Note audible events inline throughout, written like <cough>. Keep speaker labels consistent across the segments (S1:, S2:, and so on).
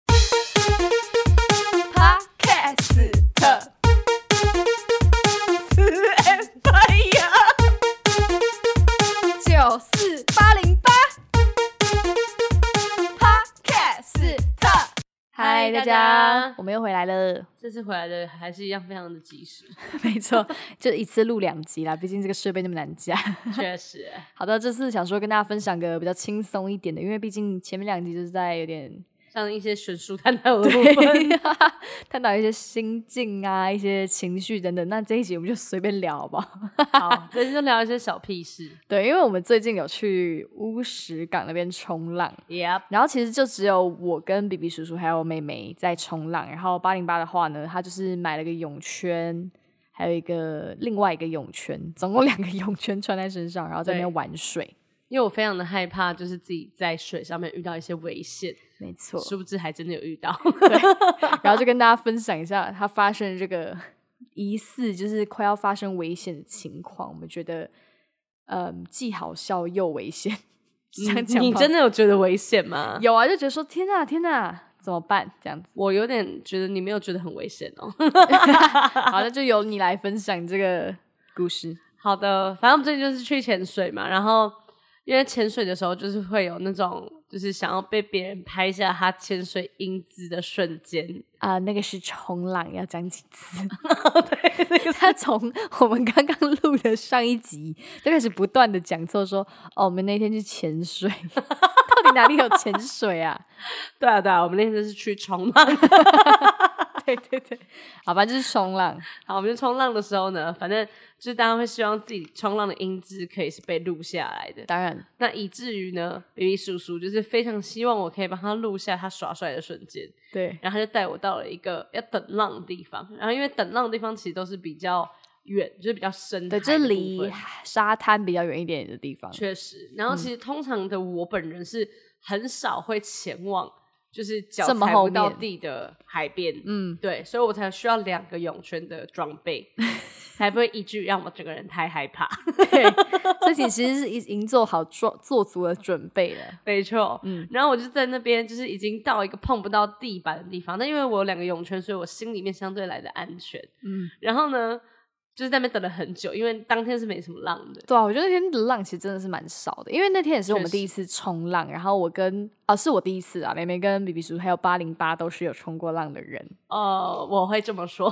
S1: <laughs> 嗨，
S2: 嗨
S1: 大
S2: 大家
S1: 家，我们又回来
S2: <laughs>
S1: 了。
S2: 这次回来的还是一样非常的
S1: <laughs>
S2: 及时，
S1: 没错，就一次录两集啦，毕竟这个设备那么难架。
S2: 确实，
S1: <laughs> 好的，这次想说跟大家分享个比较轻松一点的，因为毕竟前面两集就是在有点
S2: 像一些学术探讨的部分，
S1: 对探讨一些心境啊、一些情绪等等。那这一集我们就随便聊好不好？
S2: 好，啊这次就聊一些小屁事。
S1: <laughs> 对，因为我们最近有去乌石港那边冲浪，
S2: Yep，
S1: 然后其实就只有我跟 B B 叔叔还有妹妹在冲浪。然后八零八的话呢，他就是买了个泳圈，还有一个另外一个泳圈，总共两个泳圈穿在身上，然后在那边
S2: 对
S1: 玩水。
S2: 因为我非常的害怕，就是自己在水上面遇到一些危险，
S1: 没错，
S2: 殊不知还真的有遇到。
S1: 然后就跟大家分享一下他发生这个疑似就是快要发生危险的情况。我们觉得，嗯，既好笑又危险。 <laughs> 这样讲
S2: 你
S1: 吗
S2: 真的有觉得危险吗？
S1: 有啊？就觉得说天呐天呐，怎么办？这样子。
S2: 我有点觉得你没有觉得很危险哦。
S1: 好，那就由你来分享这个故事。
S2: 好的，反正我们最近就是去潜水嘛，然后因为潜水的时候就是会有那种就是想要被别人拍下他潜水英姿的瞬间，
S1: 啊、那个是冲浪，要讲几 <laughs> 次？他从我们刚刚录的上一集就开始不断的讲错说，哦，我们那天去潜水， <laughs> 到底哪里有潜水啊？
S2: 对啊，对啊，我们那天是去冲浪。
S1: 对对对，好吧，就是冲浪，
S2: 好，我们就冲浪的时候呢，反正就是大家会希望自己冲浪的音质可以是被录下来的，
S1: 当然
S2: 那以至于呢，baby 叔叔就是非常希望我可以帮他录下他耍帅的瞬间，
S1: 对
S2: 然后他就带我到了一个要等浪的地方，然后因为等浪的地方其实都是比较远，就是比较深
S1: 对，
S2: 海
S1: 就是
S2: 的部
S1: 离
S2: 分
S1: 沙滩比较远一点的地方。
S2: 确实，然后
S1: 嗯
S2: 其实通常的我本人是很少会前往，就是脚
S1: 这么
S2: 踩
S1: 后
S2: 不到
S1: 面
S2: 地的海边，
S1: 嗯，
S2: 对，所以我才需要两个泳圈的装备，才不会一句让我整个人太害怕。
S1: 对，所以你其实是已经做好做做足了准备了。
S2: 没错，
S1: 嗯
S2: 嗯，然后我就在那边，就是已经到一个碰不到地板的地方，但因为我有两个泳圈，所以我心里面相对来的安全。
S1: 嗯，
S2: 然后呢，就是在那边等了很久，因为当天是没什么浪的，
S1: 对啊，我觉得那天的浪其实真的是蛮少的，因为那天也是我们
S2: 确
S1: 第一次冲浪，然后我跟啊是我第一次啊，妹妹跟 B B 叔还有八零八都是有冲过浪的人，
S2: 哦，我会这么说，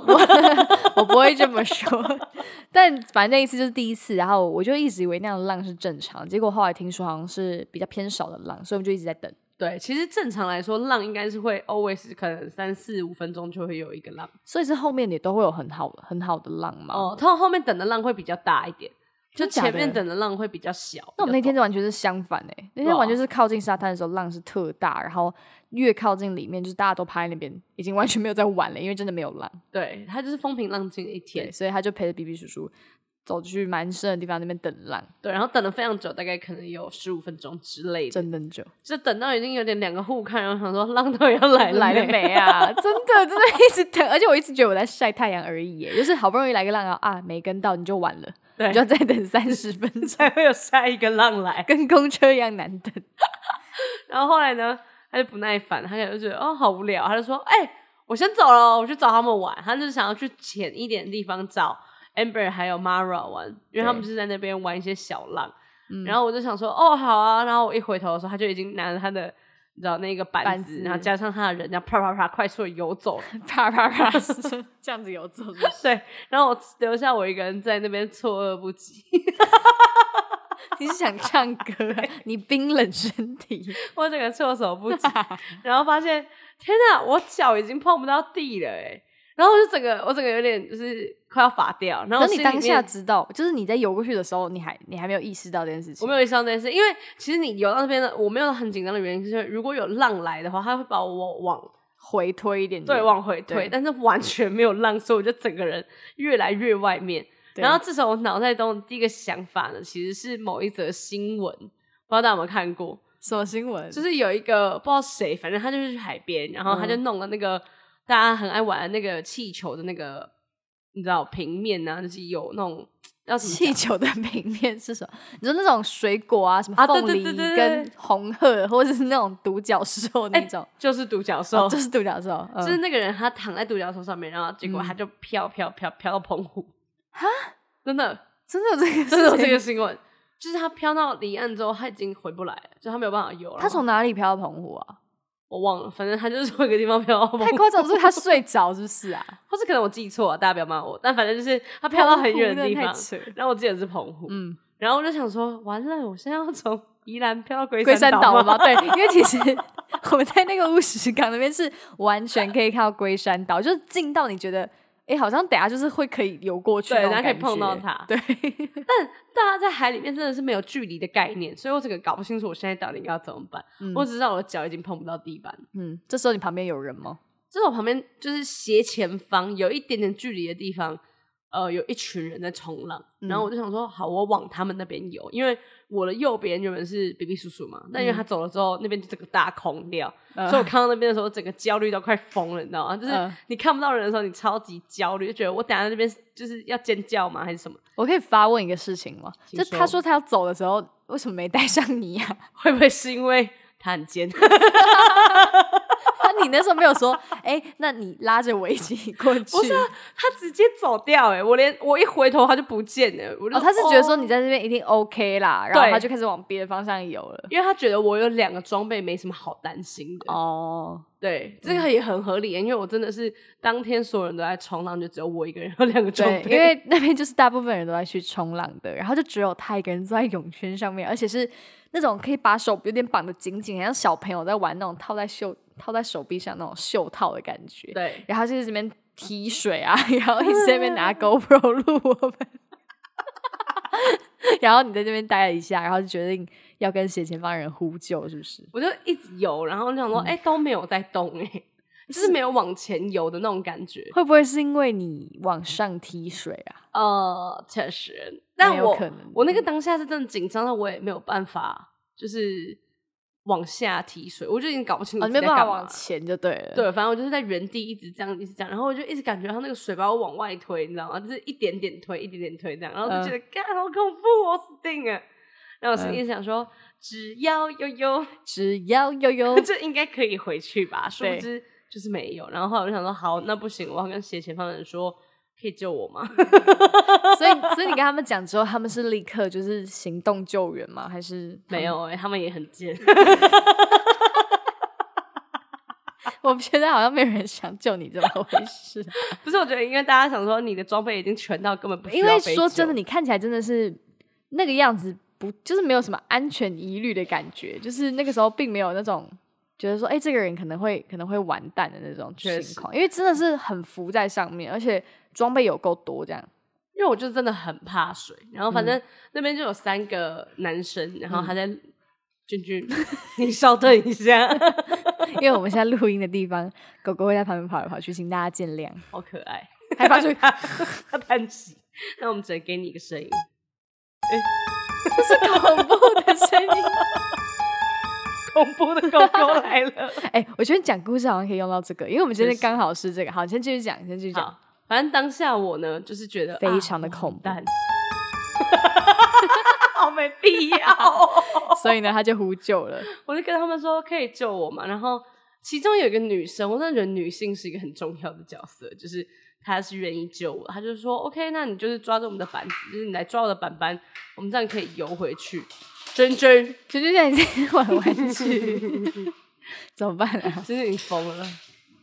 S1: 我不会这么说， <laughs> 但反正那一次就是第一次，然后我就一直以为那样的浪是正常，结果后来听说好像是比较偏少的浪，所以我们就一直在等。
S2: <laughs> 对，其实正常来说，浪应该是会 always 可能三四五分钟就会有一个浪。
S1: 所以是后面也都会有很好很好的浪嘛。
S2: 哦，通常后面等的浪会比较大一点，就
S1: 真假的
S2: 前面等的浪会比较小。
S1: 那我们那天
S2: 比较
S1: 就完全是相反哎、那天
S2: 哇
S1: 完全是靠近沙滩的时候浪是特大，然后越靠近里面就是大家都趴在那边，已经完全没有在玩了，因为真的没有浪。
S2: 陡对，它就是风平浪静的一天
S1: 对，。所以他就陪着 B B 叔叔走去蛮深的地方那边等浪，
S2: 对，然后等了非常久，大概可能有十五分钟之类的，
S1: 真的很久。
S2: 就等到已经有点两个互看，然后想说浪到底要来
S1: 来了
S2: 没？
S1: 没啊？ <laughs> 真的，真的一直等，而且我一直觉得我在晒太阳而已耶，就是好不容易来个浪啊啊，没跟到你就完了，
S2: 对
S1: 你就要再等三十分钟， <laughs>
S2: 才会有下一个浪来。
S1: 跟公车一样难等。
S2: 然后后来呢，他就不耐烦，他可能就觉得哦好无聊，他就说：“哎、我先走了，我去找他们玩。”他就是想要去浅一点的地方找 Amber 还有 Mara 玩，因为他们就是在那边玩一些小浪。
S1: 嗯
S2: 然后我就想说：“哦，好啊。”然后我一回头的时候，他就已经拿着他的。你知道那个板子，
S1: 板子
S2: 然后加上他的人，然后啪啪啪快速地游
S1: <laughs>
S2: 走了。
S1: 啪啪啪，这样子游走是不是？
S2: 对，然后我留下我一个人在那边错愕不及。
S1: 你是想唱歌 <laughs> 啊、你冰冷身 <laughs> 体，
S2: 我整个措手不
S1: <laughs>
S2: 及，然后发现天哪，我脚已经碰不到地了哎，然后我就整个我整个有点就是快要发掉，然后
S1: 那
S2: 我
S1: 你
S2: 心里
S1: 当下
S2: 面
S1: 知道，就是你在游过去的时候，你还你还没有意识到这件事情。
S2: 我没有意识到这件事，因为其实你游到那边的，我没有很紧张的原因，就是如果有浪来的话，它会把我往
S1: 回推一点点，
S2: 对往回
S1: 嗯
S2: 推
S1: 对，
S2: 但是完全没有浪，所以我就整个人越来越外面。
S1: 对
S2: 然后这时候我脑袋中的第一个想法呢，其实是某一则新闻，不知道大家有没有看过，
S1: 什么新闻？
S2: 就是有一个不知道谁，反正他就是去海边，然后他就
S1: 嗯
S2: 弄了那个、大家很爱玩的那个气球的那个，你知道平面啊，就是有那种要怎么
S1: 气
S2: 讲
S1: 球的平面是什么？ <laughs> 你说那种水果啊，什么
S2: 啊对
S1: 凤梨
S2: 对对对对
S1: 跟红鹤，或者是那种独角兽那种，
S2: 就是独角兽， <laughs>
S1: 哦，就是独角兽，嗯
S2: 就是那个人他躺在独角兽上面，然后结果
S1: 嗯
S2: 他就飘飘飘飘到澎湖，哈， <laughs> 真的
S1: 真的有这个，
S2: 真的有这，个新闻，就是他飘到离岸之后他已经回不来了，就他没有办法游了。
S1: 他从哪里飘到澎湖啊？
S2: 我忘了，反正他就是说一个地方飘到澎湖
S1: 太夸张，是不是他睡着是不是啊？
S2: 或是可能我记错了，大家不要骂我。但反正就是他 <laughs> 飘到很远的地
S1: 澎
S2: 方
S1: 湖，真的太扯
S2: 然后我记得是澎湖，
S1: 嗯，
S2: 然后我就想说，完了，我现在要从宜兰飘到龟
S1: 龟山岛
S2: 岛
S1: 了吗？对，因为其实 <laughs> 我们在那个乌石港那边是完全可以看到龟山岛，就是近到你觉得，哎、好像等下就是会可以游过去那
S2: <laughs> 对
S1: 种
S2: 大家
S1: 感
S2: 可
S1: 觉，
S2: 以碰到它
S1: 对，
S2: <laughs> 大家在海里面真的是没有距离的概念，所以我整个搞不清楚我现在到底应该要怎么办。
S1: 嗯
S2: 我只知道我的脚已经碰不到地板了，
S1: 嗯，这时候你旁边有人吗？
S2: 就是我旁边就是斜前方有一点点距离的地方，呃，有一群人在冲浪，
S1: 嗯
S2: 然后我就想说，好，我往他们那边游，因为我的右边原本是 B B 叔叔嘛，但因为他走了之后，那边就整个大空掉，
S1: 嗯
S2: 所以我看到那边的时候，整个焦虑到快疯了，你知道吗？就是
S1: 嗯
S2: 你看不到人的时候，你超级焦虑，就觉得我等下在那边就是要尖叫吗，还是什么？ <laughs>
S1: 我可以发问一个事情吗？
S2: 请
S1: 就他说他要走的时候，为什么没带上你呀、啊？ <laughs>
S2: 会不会是因为他很尖？
S1: 你那时候没有说，哎、那你拉着我一起过去？
S2: 不是啊他直接走掉、欸，哎，我连我一回头他就不见了，我就、
S1: 哦，他是觉得说
S2: 哦
S1: 你在这边一定 OK 啦，然后
S2: 对
S1: 他就开始往别的方向游了。
S2: 因为他觉得我有两个装备没什么好担心的。
S1: 哦，
S2: 对，这个也很合理，因为我真的是当天所有人都在冲浪，就只有我一个人有两个 <laughs> 装
S1: 对，
S2: 备。
S1: 因为那边就是大部分人都在去冲浪的，然后就只有他一个人坐在泳圈上面，而且是那种可以把手有点绑得紧紧，很像小朋友在玩那种套在袖套在手臂上那种袖套的感觉。
S2: 对，
S1: 然后就是这边踢水啊， <laughs> 然后一直在那边
S2: <laughs>
S1: 拿 GoPro 录我们， <laughs> 然后你在这边待了一下，然后就决定要跟斜前方人呼救，是不是？
S2: 我就一直游，然后就
S1: 嗯
S2: 想说，哎、都没有在动、哎，就是没有往前游的那种感觉。
S1: 会不会是因为你往上踢水啊？
S2: 呃，确实，但
S1: 有
S2: 我
S1: 可能
S2: 我那个当下是真的紧张到我也没有办法，就是往下提水，我就已经搞不清楚
S1: 哦，
S2: 自
S1: 你
S2: 己
S1: 没
S2: 在
S1: 办法
S2: 干嘛了
S1: 往前就对了。
S2: 对，反正我就是在原地一直这样，一直这样，然后我就一直感觉到那个水把我往外推，你知道吗？就是一点点推，一点点推这样，然
S1: 嗯
S2: 后就觉得，干、好恐怖，我死定了。然后我心里想说，只要悠悠，
S1: 只要悠悠
S2: <laughs> 就应该可以回去吧，殊不
S1: 哦对
S2: 知就是没有。然后后来我就想说，好，那不行，我要跟斜前方的人说，可以救我
S1: <laughs>
S2: 吗？
S1: 所以，所以你跟他们讲之后，他们是立刻就是行动救援吗？还是
S2: 没？有哎、他们也很
S1: <laughs>
S2: 贱。
S1: 我觉得好像没有人想救你这么回事。
S2: 不是，我觉得因为大家想说你的装备已经全到，根本 <laughs> 不需
S1: 因
S2: 要
S1: 为
S2: 被
S1: 说
S2: 救
S1: 真的，，你看起来真的是那个样子不，就是没有什么安全疑虑的感觉，就是那个时候并没有那种觉得说，哎、这个人可能会可能会完蛋的那种
S2: 确
S1: 情况，因为真的是很浮在上面，而且装备有够多这样。
S2: 因为我就真的很怕水。
S1: 嗯
S2: 然后反正那边就有三个男生，然后他在君君，你稍等一下， <laughs>
S1: 因为我们现在录音的地方，狗狗会在旁边跑来跑去，请大家见谅。
S2: 好可爱， <laughs>
S1: 还发出 <laughs>
S2: 他他叹息。那我们只能给你一个声音，
S1: 这是恐怖的声音。
S2: 恐怖的狗狗来
S1: <laughs>
S2: 了。
S1: 哎、我觉得讲故事好像可以用到这个，因为我们今天
S2: 确实
S1: 刚好是这个。好，你先继续讲，你先继续讲。
S2: 好，反正当下我呢，就是觉得
S1: 非常的恐怖
S2: 啊我完蛋 <laughs> 好没必要
S1: <laughs>
S2: 哦、
S1: 所以呢，他就呼救
S2: <laughs>
S1: 了。
S2: 我就跟他们说可以救我嘛。然后其中有一个女生，我真的觉得女性是一个很重要的角色，就是她是愿意救我，她就说 OK，那你就是抓着我们的板子，就是你来抓我的板板，我们这样可以游回去。真真，
S1: 就就像你在玩玩具， <laughs> 怎么办啊？
S2: 真是你疯了。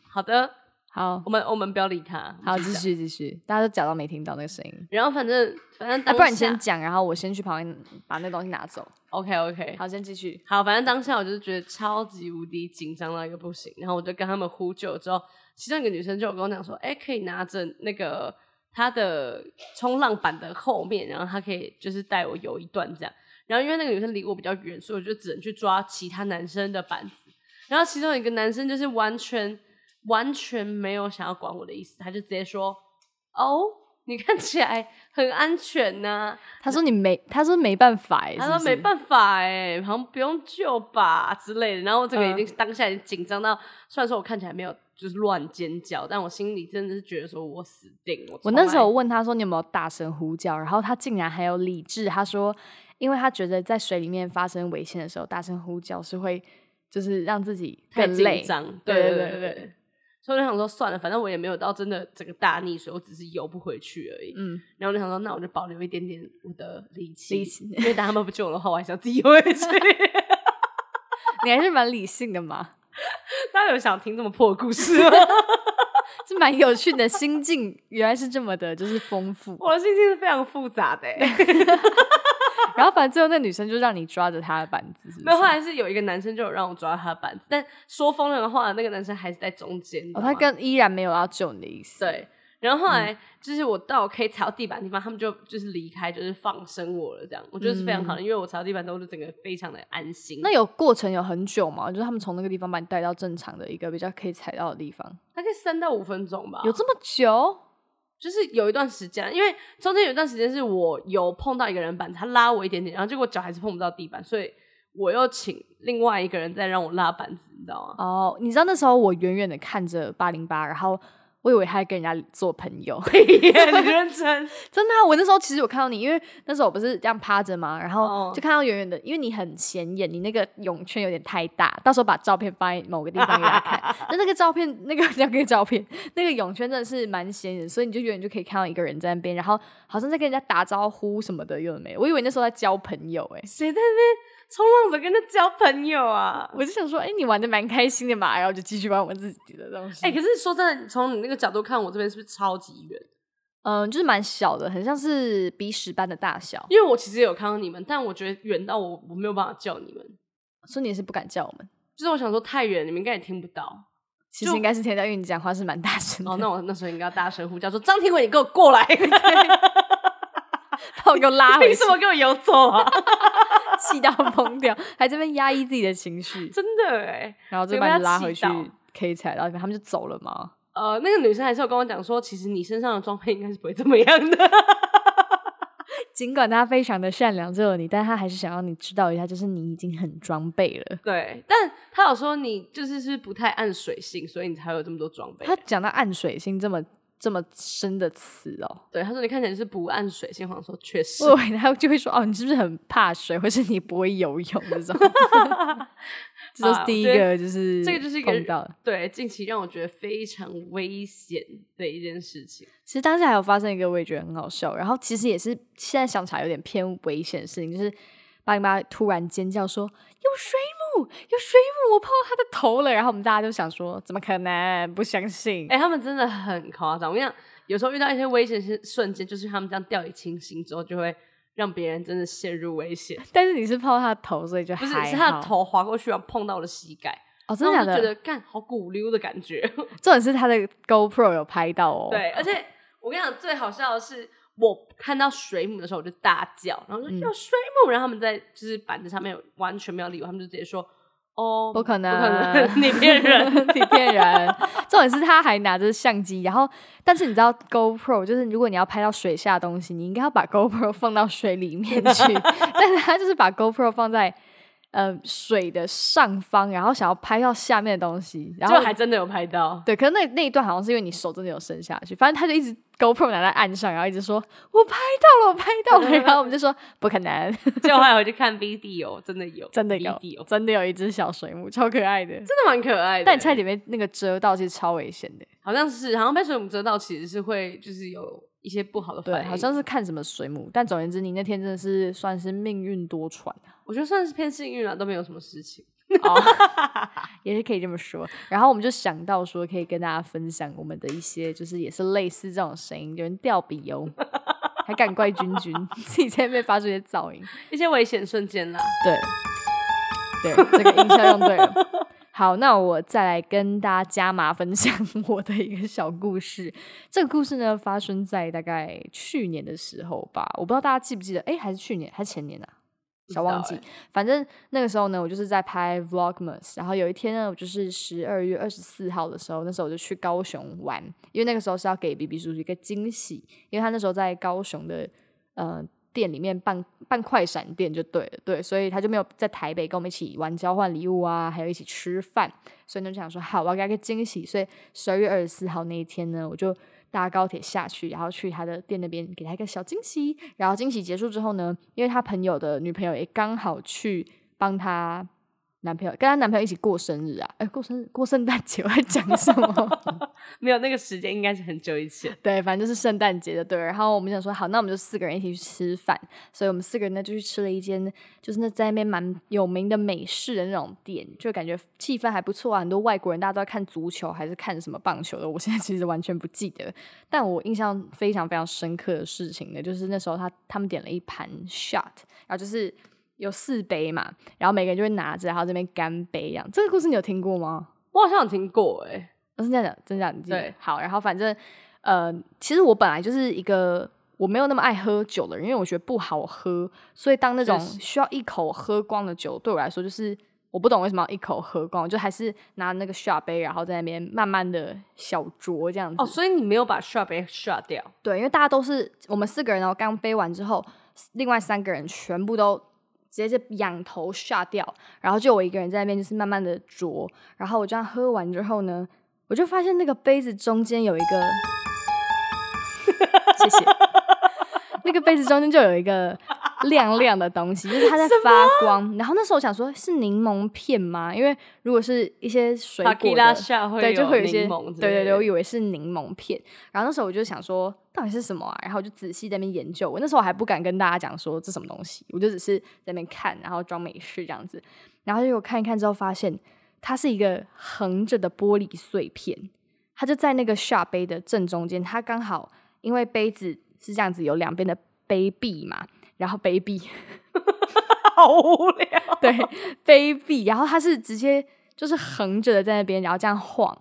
S2: 好的，
S1: 好
S2: 我们我们不要理她。
S1: 好，
S2: 你
S1: 继
S2: 讲。
S1: 续继续，大家都假装没听到那个声音。
S2: 然后反正反正
S1: 啊，
S2: 当下，
S1: 不然你先讲，然后我先去旁边把那东西拿走。
S2: OK OK
S1: 好，先继续。
S2: 好，反正当下我就是觉得超级无敌紧张到一个不行，然后我就跟他们呼救之后，其中一个女生就有跟我讲说，哎、可以拿着那个她的冲浪板的后面，然后她可以就是带我游一段这样。然后因为那个女生离我比较远，所以我就只能去抓其他男生的板子。然后其中有一个男生就是完全完全没有想要管我的意思，他就直接说：“哦，你看起来很安全呐、
S1: 他说你没，他说没办法哎、欸，
S2: 他说
S1: 是不是
S2: 没办法哎、好像不用救吧之类的。然后我这
S1: 嗯
S2: 个已经、当下已经紧张到，虽然说我看起来没有就是乱尖叫，但我心里真的是觉得说我死定了。我
S1: 我
S2: 从
S1: 那
S2: 来
S1: 时候问他说你有没有大声呼叫，然后他竟然还有理智，他说因为他觉得在水里面发生危险的时候，大声呼叫是会就是让自己
S2: 太
S1: 更累
S2: 紧。张，
S1: 对
S2: 对
S1: 对
S2: 对
S1: 对
S2: 对所以我就想说算了，反正我也没有到真的整个大溺水，我只是游不回去而已。
S1: 嗯，
S2: 然后我就想说，那我就保留一点点我的力气，
S1: 理性 <laughs>
S2: 因为等他们不救我的话，我还想自己游回去。
S1: 你还是蛮理性的嘛。
S2: 大家有想听这么破的故事吗？ <laughs>
S1: 是蛮有趣的心境，原来是这么的，就是丰富。
S2: 我的心情是非常复杂的、欸。
S1: 然后反正最后那女生就让你抓着她的板子，是不
S2: 没有，
S1: 是
S2: 后来是有一个男生就有让我抓他的板子，但说风凉话的那个男生还是在中间。你知
S1: 哦，
S2: 道
S1: 他
S2: 吗
S1: 跟嗯依然没有要救你的意思。，
S2: 对，然后后来就是我到可以踩到地板的地方，他们就就是离开，就是放生我了，这样我觉得是非常好的，因为我踩到地板之后就整个非常的安心。
S1: 嗯那有过程有很久吗？就是他们从那个地方把你带到正常的一个比较可以踩到的地方，
S2: 大概三到五分钟吧，
S1: 有这么久？
S2: 就是有一段时间，啊因为中间有一段时间是我有碰到一个人板，他拉我一点点，然后结果脚还是碰不到地板，所以我又请另外一个人再让我拉板子，你知道吗？ <laughs>
S1: 哦，你知道那时候我远远的看着八零八，然后我以为他在跟人家做朋友， <laughs>
S2: 很认真，
S1: 真的啊、我那时候其实有看到你，因为那时候我不是这样趴着嘛，然
S2: 哦
S1: 后就看到远远的，因为你很显眼，你那个泳圈有点太大，到时候把照片放在某个地方给大家
S2: <laughs>
S1: 看。那那个照片，那个那个照片， <laughs> 那个泳圈真的是蛮显眼，所以你就远远就可以看到一个人在那边，然后好像在跟人家打招呼什么的，有的没的。我以为那时候在交朋友、
S2: <laughs>
S1: 欸，
S2: 谁在那边冲浪者跟他交朋友啊？
S1: 我就想说，哎、你玩的蛮开心的嘛，然后就继续玩我自己的东西。
S2: 哎、可是说真的，从你那个角度看，我这边是不是超级远？
S1: 嗯，就是蛮小的，很像是鼻屎般的大小，
S2: 因为我其实也有看到你们，但我觉得远到我我没有办法叫你们，
S1: 所以你也是不敢叫我们。
S2: 就是我想说太远，你们应该也听不到。
S1: 其
S2: 就
S1: 实应该是听得到，因为你讲话是蛮大声的。
S2: 哦，那我那时候应该要大声呼叫说：“张庭伟，你给我过来！
S1: 把我给我拉回
S2: <laughs> 凭
S1: 去
S2: 什，么给我游走啊 <laughs>
S1: 气到疯掉， <laughs> 还这边压抑自己的情？”绪，
S2: 真的哎，
S1: 然后就
S2: 结果
S1: 把
S2: 被
S1: 你
S2: 他
S1: 拉
S2: 气
S1: 回去
S2: 到
S1: K 踩到，他们就走了嘛。
S2: 呃，那个女生还是有跟我讲说，其实你身上的装备应该是不会这么样的。 <laughs>
S1: 尽管他非常的善良救了你，但他还是想让你知道一下，就是你已经很装备了。
S2: 对，但她有说你就是是不太按水性，所以你才会有这么多装备
S1: 他。讲到暗水性这么这么深的词哦，
S2: 对，她说你看起来是不按水性，我想说确实
S1: 我以为他就会说哦，你是不是很怕水， <laughs> 或是你不会游泳这种。 <laughs> 这就是第一
S2: 啊我觉
S1: 个，就是
S2: 这个就是一个
S1: 碰到的。
S2: 对，近期让我觉得非常危险的一件事情。
S1: 其实当时还有发生一个我也觉得很好笑，然后其实也是现在想起来有点偏危险的事情，就是八零八突然尖叫说有水母，有水母，我碰到他的头了，然后我们大家就想说怎么可能不相信？
S2: 哎、他们真的很夸张。我跟你讲，有时候遇到一些危险是瞬间，就是他们这样掉以轻心之后，就会让别人真的陷入危险。
S1: 但是你是碰到他的头，所以就
S2: 不是，
S1: 还
S2: 是他的
S1: 好
S2: 头划过去，然后碰到我的膝盖，
S1: 哦，真
S2: 然
S1: 的假
S2: 后我就觉
S1: 的？哦
S2: 得干好骨溜的感觉。
S1: 重点是他的 GoPro 有拍到哦，
S2: 对，而且我跟你讲，最好笑的是。我看到水母的时候，我就大叫，然后说
S1: 嗯
S2: 有水母，然后他们在就是板子上面完全没有理我，他们就直接说：“哦，
S1: 不可能，
S2: 不可能， <laughs> 你骗人。
S1: 你骗人。重点是他还拿着相机，然后，但是你知道 GoPro 就是如果你要拍到水下的东西，你应该要把 GoPro 放到水里 <laughs> 面去，但是他就是把 GoPro 放在呃水的上方，然后想要拍到下面的东西，” <laughs> 然
S2: 然
S1: 后
S2: 后还真的有拍到，
S1: 对，可是那那一段好像是因为你手真的有伸下去，反正他就一直 GoPro 拿在岸上，然后一直说我拍到了，我拍到 <laughs> 了，然后我们就说不可能，
S2: 结果后来我去看 video，真的有，
S1: 真的有
S2: video，，
S1: 真的有一只小水母，超可爱的。
S2: 真的蛮可爱的。
S1: 但你差点被那个遮到，其实超危险的。
S2: 好像是，好像被水母蛰到，其实是会就是有一些不好的反
S1: 对，
S2: 应。
S1: 好像是看什么水母，但总而言之，你那天真的是算是命运多舛啊，
S2: 我觉得算是偏幸运了，都没有什么事情。
S1: 也是可以这么说。然后我们就想到说，可以跟大家分享我们的一些，就是也是类似这种声音，有人掉笔油，还敢怪君君 <laughs> 自己在那边发出一些噪音，
S2: 一些危险瞬间啦，
S1: 对，对，这个音效用对了。好，那我再来跟大家加码分享我的一个小故事。这个故事呢，发生在大概去年的时候吧，我不知道大家记不记得，哎，还是去年，还是前年啊？
S2: 不知
S1: 小忘
S2: 道
S1: 记
S2: 欸，
S1: 反正那个时候呢，我就是在拍 Vlogmas，然后有一天呢，我就是十二月二十四号的时候，那时候我就去高雄玩，因为那个时候是要给 B B 叔叔一个惊喜，因为他那时候在高雄的呃店里面办办快闪店就对了，对，所以他就没有在台北跟我们一起玩交换礼物啊，还有一起吃饭，所以呢就想说好，我要给他一个惊喜，所以十二月二十四号那一天呢，我就搭高铁下去，然后去他的店那边给他一个小惊喜，然后惊喜结束之后呢，因为他朋友的女朋友也刚好去帮他。呃男朋友跟她男朋友一起过生日啊！哎、过生日、过圣诞节，我在讲什么？
S2: 没有那个时间，应该是很久以前。
S1: 对，反正就是圣诞节的对了。然后我们想说，好，那我们就四个人一起去吃饭，所以我们四个人呢就去吃了一间，就是那在那边蛮有名的美式的那种店，就感觉气氛还不错啊。很多外国人大家都在看足球还是看什么棒球的，我现在其实完全不记得。但我印象非常非常深刻的事情呢，就是那时候他他们点了一盘 shot，然后就是有四杯嘛，然后每个人就会拿着，然后这边干杯这样。这个故事你有听过吗？
S2: 我好像有听过哎、
S1: 哦是这样讲，真假的？你记得
S2: 对，
S1: 好，然后反正呃，其实我本来就是一个我没有那么爱喝酒的人，因为我觉得不好喝，所以当那种
S2: 确实
S1: 需要一口喝光的酒，对我来说就是我不懂为什么要一口喝光，我就还是拿那个 shot 杯，然后在那边慢慢的小酌这样子。
S2: 哦，所以你没有把 shot 被 shot 掉，
S1: 对，因为大家都是我们四个人哦，刚背完之后，另外三个人全部都直接就仰头下掉，然后就我一个人在那边就是慢慢的啄，然后我这样喝完之后呢，我就发现那个杯子中间有一个，谢谢，那个杯子中间就有一个亮亮的东西，就是它在发光。然后那时候我想说，是柠檬片吗？因为如果是一些水
S2: 塔
S1: 果
S2: 基拉
S1: 的。
S2: 下会
S1: 对，就会有一些
S2: 柠檬之
S1: 对对
S2: 类
S1: 对，
S2: 的
S1: 我以为是柠檬片，然后那时候我就想说到底是什么啊，然后我就仔细在那边研究，我那时候还不敢跟大家讲说这什么东西，我就只是在那边看，然后装没事这样子，然后结果看一看之后发现它是一个横着的玻璃碎片，它就在那个下杯的正中间，它刚好因为杯子是这样子有两边的杯壁嘛，然后杯壁。 <laughs>
S2: 好无聊。
S1: 对，卑鄙。然后它是直接就是横着的在那边，然后这样晃，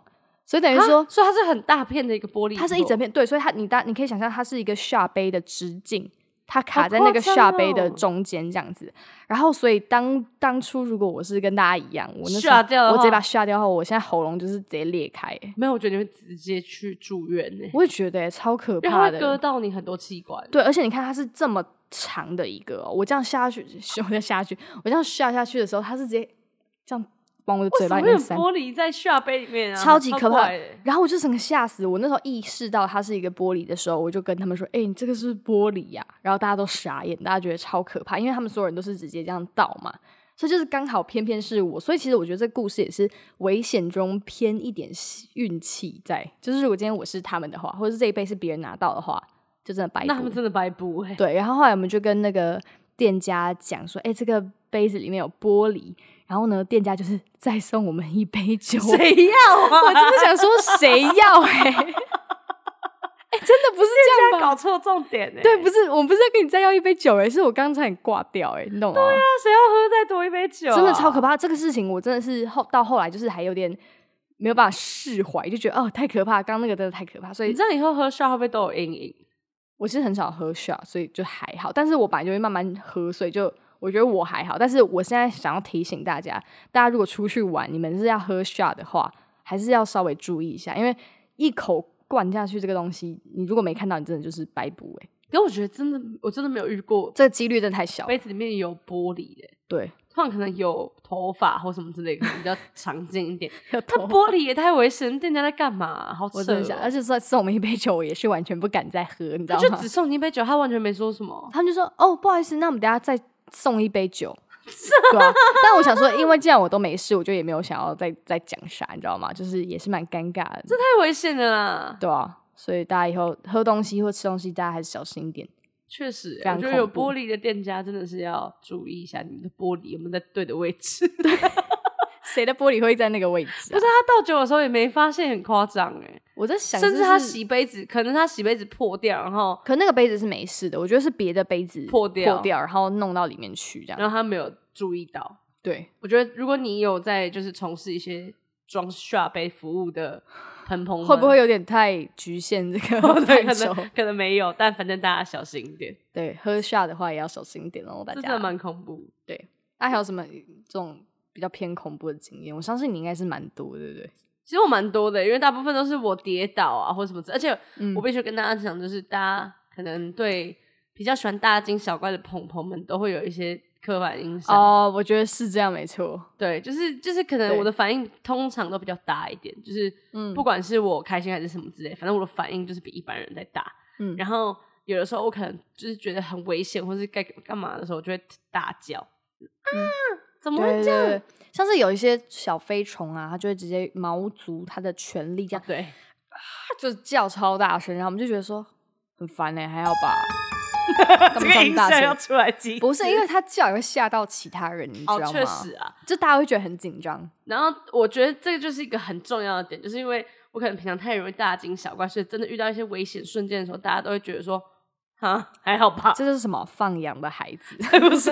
S1: 所以等于
S2: 啊
S1: 说
S2: 所以它是很大片的一个玻璃，
S1: 它是一整。片对，所以它你大你可以想象它是一个下杯的直径，它卡
S2: 好
S1: 在那
S2: 夸
S1: 个
S2: 张
S1: 下杯的
S2: 哦
S1: 中间这样子。然后所以当当初如果我是跟大家一样，我那时
S2: 吓
S1: 候
S2: 掉的
S1: 我直
S2: 话
S1: 接把它吓掉后，我现在喉咙就是直接裂开、欸
S2: 没有，我觉得你会直接去住院呢、
S1: 我也觉得、欸、超可
S2: 因为它
S1: 怕
S2: 会割
S1: 的。
S2: 到你很多器官。
S1: 对，而且你看它是这么长的一个哦、我这样下去， <laughs> 我这样下去，我这样下下去的时候，它是直接这样往我的嘴
S2: 为什
S1: 巴
S2: 么
S1: 里
S2: 会
S1: 面
S2: 有
S1: 塞。
S2: 玻璃在下杯里面啊？
S1: 超级可怕
S2: 怪的。
S1: 然后我就整个吓死我。那时候意识到它是一个玻璃的时候，我就跟他们说：“哎、你这个是不是玻璃呀、然后大家都傻眼，大家觉得超可怕，因为他们所有人都是直接这样倒嘛。所以就是刚好偏偏是我，所以其实我觉得这故事也是危险中偏一点运气在。就是如果今天我是他们的话，或者是这一杯是别人拿到的话，就真的白
S2: 那他
S1: 读
S2: 们真的白补哎、
S1: 对，然后后来我们就跟那个店家讲说，哎、这个杯子里面有玻璃，然后呢，店家就是再送我们一杯酒。
S2: 谁要啊？
S1: 我真 <laughs> 的想说，谁要 <laughs> 哎、欸？哎、真的不是这样吧？
S2: 搞错重点哎、
S1: 对，不是，我不是要跟你再要一杯酒哎、欸，是我刚才很挂掉哎、欸，你懂吗？对啊，
S2: 那谁要喝再多一杯酒、
S1: 真的超可
S2: 怕。
S1: 怕。这个事情我真的是后到后来就是还有点没有办法释怀，就觉得哦太可怕，刚刚那个真的太可怕，所
S2: 你
S1: 以
S2: 这样以后喝 shot 会不会都有阴影？
S1: 我是很少喝 shot，所以就还好。但是我本来就会慢慢喝，所以就。我觉得我还好，但是我现在想要提醒大家，大家如果出去玩，你们是要喝 shot 的话，还是要稍微注意一下，因为一口灌下去这个东西，你如果没看到，你真的就是白补哎、欸，
S2: 可我觉得真的，我真的没有遇过
S1: 这个几率真的太小了。
S2: <laughs> 杯子里面有玻璃的、
S1: 对，
S2: 通常可能有头发或什么之类，可能比较常见一点。
S1: 有
S2: 它
S1: <laughs> 头
S2: 玻璃也太危险，店家在干嘛啊、好扯、
S1: 我真的想，而
S2: 且
S1: 且说送我们一杯酒，我也是完全不敢再喝，你知
S2: 他
S1: 道
S2: 就
S1: 吗
S2: 只？送你一杯酒，他完全没说什么。
S1: 他们就说：“哦，不好意思，那我们等一下再送一杯酒。” <laughs> 对啊，但我想说，因为既然我都没事，我就也没有想要再再讲啥，你知道吗？就是也是蛮尴尬的，
S2: 太危险了啦！
S1: 对啊。所以大家以后喝东西或吃东西，大家还是小心一点。
S2: 确实欸
S1: 非，常
S2: 我觉得有
S1: 恐怖
S2: 玻璃的店家真的是要注意一下，你们的玻璃有没有在对的
S1: <laughs>
S2: 位置。不是
S1: 谁的玻璃会在那个位置、啊？
S2: 他倒酒的时候也没发现，很夸张哎。
S1: 我在想，
S2: 甚
S1: 就
S2: 至他
S1: 是，
S2: 洗杯子，可能他洗杯子破掉，然后
S1: 可那个杯子是没事的，我觉得是别的杯子
S2: 破掉
S1: 破掉，然后弄到里面去这样。
S2: 然后他没有注意到。
S1: 对，
S2: 我觉得如果你有在就是从事一些装刷杯服务的
S1: <laughs>
S2: 喷喷，
S1: 会不会有点太局限这个
S2: <laughs> 对，
S1: 范
S2: 可
S1: 畴？
S2: 能可能没有，但反正大家小心一点，
S1: 对，喝下的话也要小心一点哦，大
S2: 这
S1: 家。
S2: 真的蛮恐怖。
S1: 那还有什么这种比较偏恐怖的经验？我相信你应该是蛮多，对不对？
S2: 其实我蛮多的，因为大部分都是我跌倒啊或什么之，而且
S1: 嗯
S2: 我必须跟大家讲，就是大家可能对比较喜欢大惊小怪的朋朋们都会有一些刻板印象。
S1: 哦，我觉得是这样，没错。
S2: 对，就是就是可能
S1: 对
S2: 我的反应通常都比较大一点，就是
S1: 嗯
S2: 不管是我开心还是什么之类，反正我的反应就是比一般人在大。
S1: 嗯
S2: 然后有的时候我可能就是觉得很危险，或是该干嘛的时候，我就会大叫，啊，怎么
S1: 嗯对
S2: 会
S1: 对
S2: 这样？哦
S1: 对，像是有一些小飞虫啊，它就会直接毛足它的全力这样，
S2: 对，
S1: 就叫超大声，然后我们就觉得说很烦嘞、欸还好吧？干
S2: 这
S1: 嘛
S2: 个
S1: 叫
S2: 音
S1: 么大
S2: 效要
S1: 声？
S2: 出来几
S1: 不是因为他叫也会吓到其他人，你知道
S2: 哦，
S1: 吗？
S2: 确实啊，
S1: 就大家会觉得很紧张。
S2: 然后我觉得这个就是一个很重要的点，就是因为我可能平常太容易大惊小怪，所以真的遇到一些危险瞬间的时候，大家都会觉得说，哈，还好吧，
S1: 这是什么放羊的孩
S2: <laughs>
S1: 子？
S2: 不是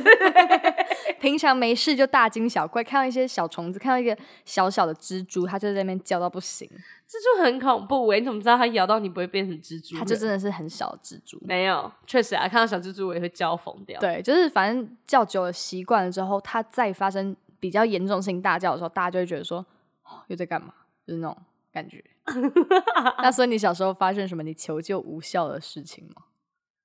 S1: 平常没事就大惊小怪，看到一些小虫子，看到一个小小的蜘蛛，它就在那边叫到不行。
S2: 这就很恐怖哎、你怎么知道它咬到你不会变成蜘蛛人？
S1: 它就真的是很小的蜘蛛。
S2: <laughs> 没有，确实啊，看到小蜘蛛我也会叫疯掉。，
S1: 对，就是反正叫久了习惯了之后，它再发生比较严重性大叫的时候，大家就会觉得说、哦、又在干嘛，就是那种感觉。那所以你小时候发生什么你求救无效的事情吗？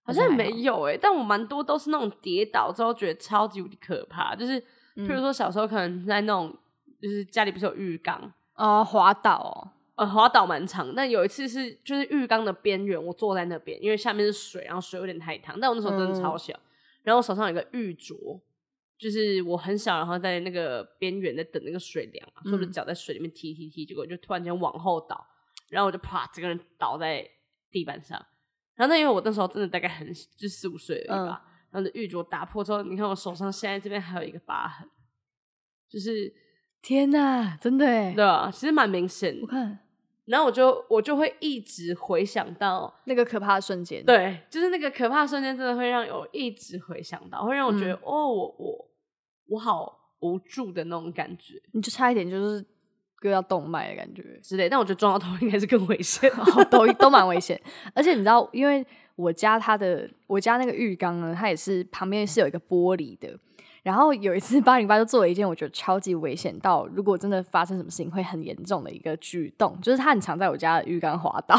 S2: 好像
S1: 还
S2: 没有哎、但我蛮多都是那种跌倒之后觉得超级无敌可怕，就是
S1: 嗯
S2: 譬如说小时候可能在那种就是家里不是有浴缸，
S1: 哦，滑倒哦，
S2: 呃，滑倒蛮长，但有一次是就是浴缸的边缘，我坐在那边，因为下面是水，然后水有点太烫，但我那时候真的超小，然后我手上有个浴镯，就是我很小，然后在那个边缘在等那个水凉嘛，所以我的
S1: 嗯
S2: 脚在水里面踢踢踢，结果就突然间往后倒，然后我就啪，整个人倒在地板上，然后那因为我那时候真的大概很就四五岁而已吧，然后那浴镯打破之后，你看我手上现在这边还有一个疤痕，就是
S1: 天哪，真的哎
S2: 对，啊，其实蛮明显的
S1: 我。看
S2: 然后我就我就会一直回想到，
S1: 那个可怕的瞬间，，
S2: 对，就是那个可怕瞬间，真的会让我一直回想到，会让我觉得、
S1: 嗯
S2: 哦，我我我好无助的那种感觉
S1: 你就差一点就是割到动脉的感觉。
S2: 之类。但我觉得撞到头应该是更危险。
S1: <laughs> 哦，都都蛮危险。而且你知道，因为我家它的我家那个浴缸呢，它也是旁边是有一个玻璃的。然后有一次八零八就做了一件我觉得超级危险到，如果真的发生什么事情会很严重的一个举动，就是他很常在我家的浴缸滑倒。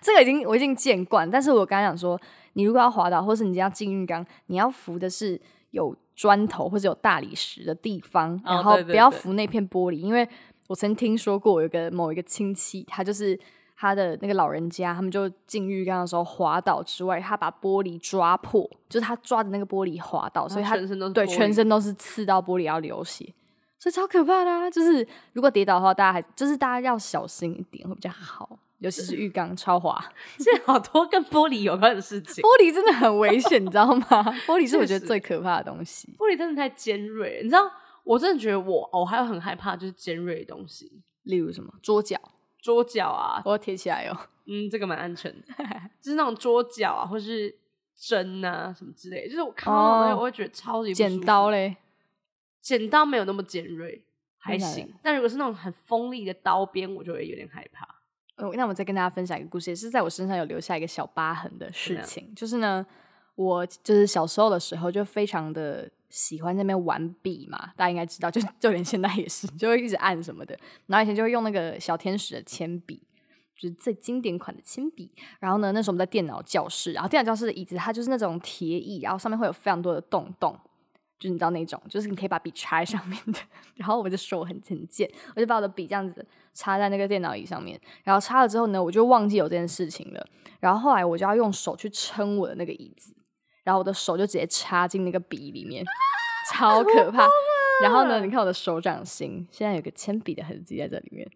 S1: 这个已经我已经见惯，但是我刚刚讲说，你如果要滑倒，或是你要进浴缸，你要扶的是有砖头或者有大理石的地方，
S2: 哦
S1: 然后
S2: 对对
S1: 不要
S2: 对
S1: 扶那片玻璃，因为我曾听说过有一个某一个亲戚，他就是他的那个老人家，他们就进浴缸的时候滑倒之外，他把玻璃抓破，就是他抓的那个玻璃滑倒，所以他
S2: 全身都是
S1: 对
S2: 玻璃
S1: 啊全身都是刺到玻璃，要流血。所以超可怕的、啊，就是如果跌倒的话，大家还就是大家要小心一点会比较好，尤其是浴缸超滑，
S2: 现在好多跟玻璃有关的事
S1: <laughs>
S2: 情，
S1: 玻璃真的很危险，你知 <laughs> 道吗？玻璃是我觉
S2: 确
S1: 得
S2: 实
S1: 最可怕的东西。
S2: 玻璃真的太尖锐了，你知道，我真的觉得我我还有很害怕就是尖锐的东西，
S1: 例如什么桌角，
S2: 桌角啊，
S1: 我要贴起来哦。 <laughs>
S2: 嗯，这个蛮安全的，就是那种桌角啊，或是针啊什么之类的，就是我看到那种东西，
S1: 哦
S2: 我会觉得超级不
S1: 剪
S2: 舒服
S1: 刀嘞，
S2: 剪刀没有那么尖锐，还
S1: 真的假
S2: 行。但如果是那种很锋利的刀边，我就会有点害怕。
S1: 呃，那我再跟大家分享一个故事，也是在我身上有留下一个小疤痕的事情。就是呢，我就是小时候的时候就非常的喜欢在那边玩笔嘛，大家应该知道，就就连现在也是，就会一直按什么的。然后以前就会用那个小天使的铅笔，就是最经典款的铅笔。然后呢，那时候我们在电脑教室，然后电脑教室的椅子它就是那种铁椅，然后上面会有非常多的洞洞。就是你知道那种，就是你可以把笔插在上面的。 <laughs> 然后我的手很很贱，我就把我的笔这样子插在那个电脑椅上面。然后插了之后呢，我就忘记有这件事情了。然后后来我就要用手去撑我的那个椅子，然后我的手就直接插进那个笔里面， <laughs> 超可怕。然后呢，你看我的手掌心现在有个铅笔的痕迹在这里面。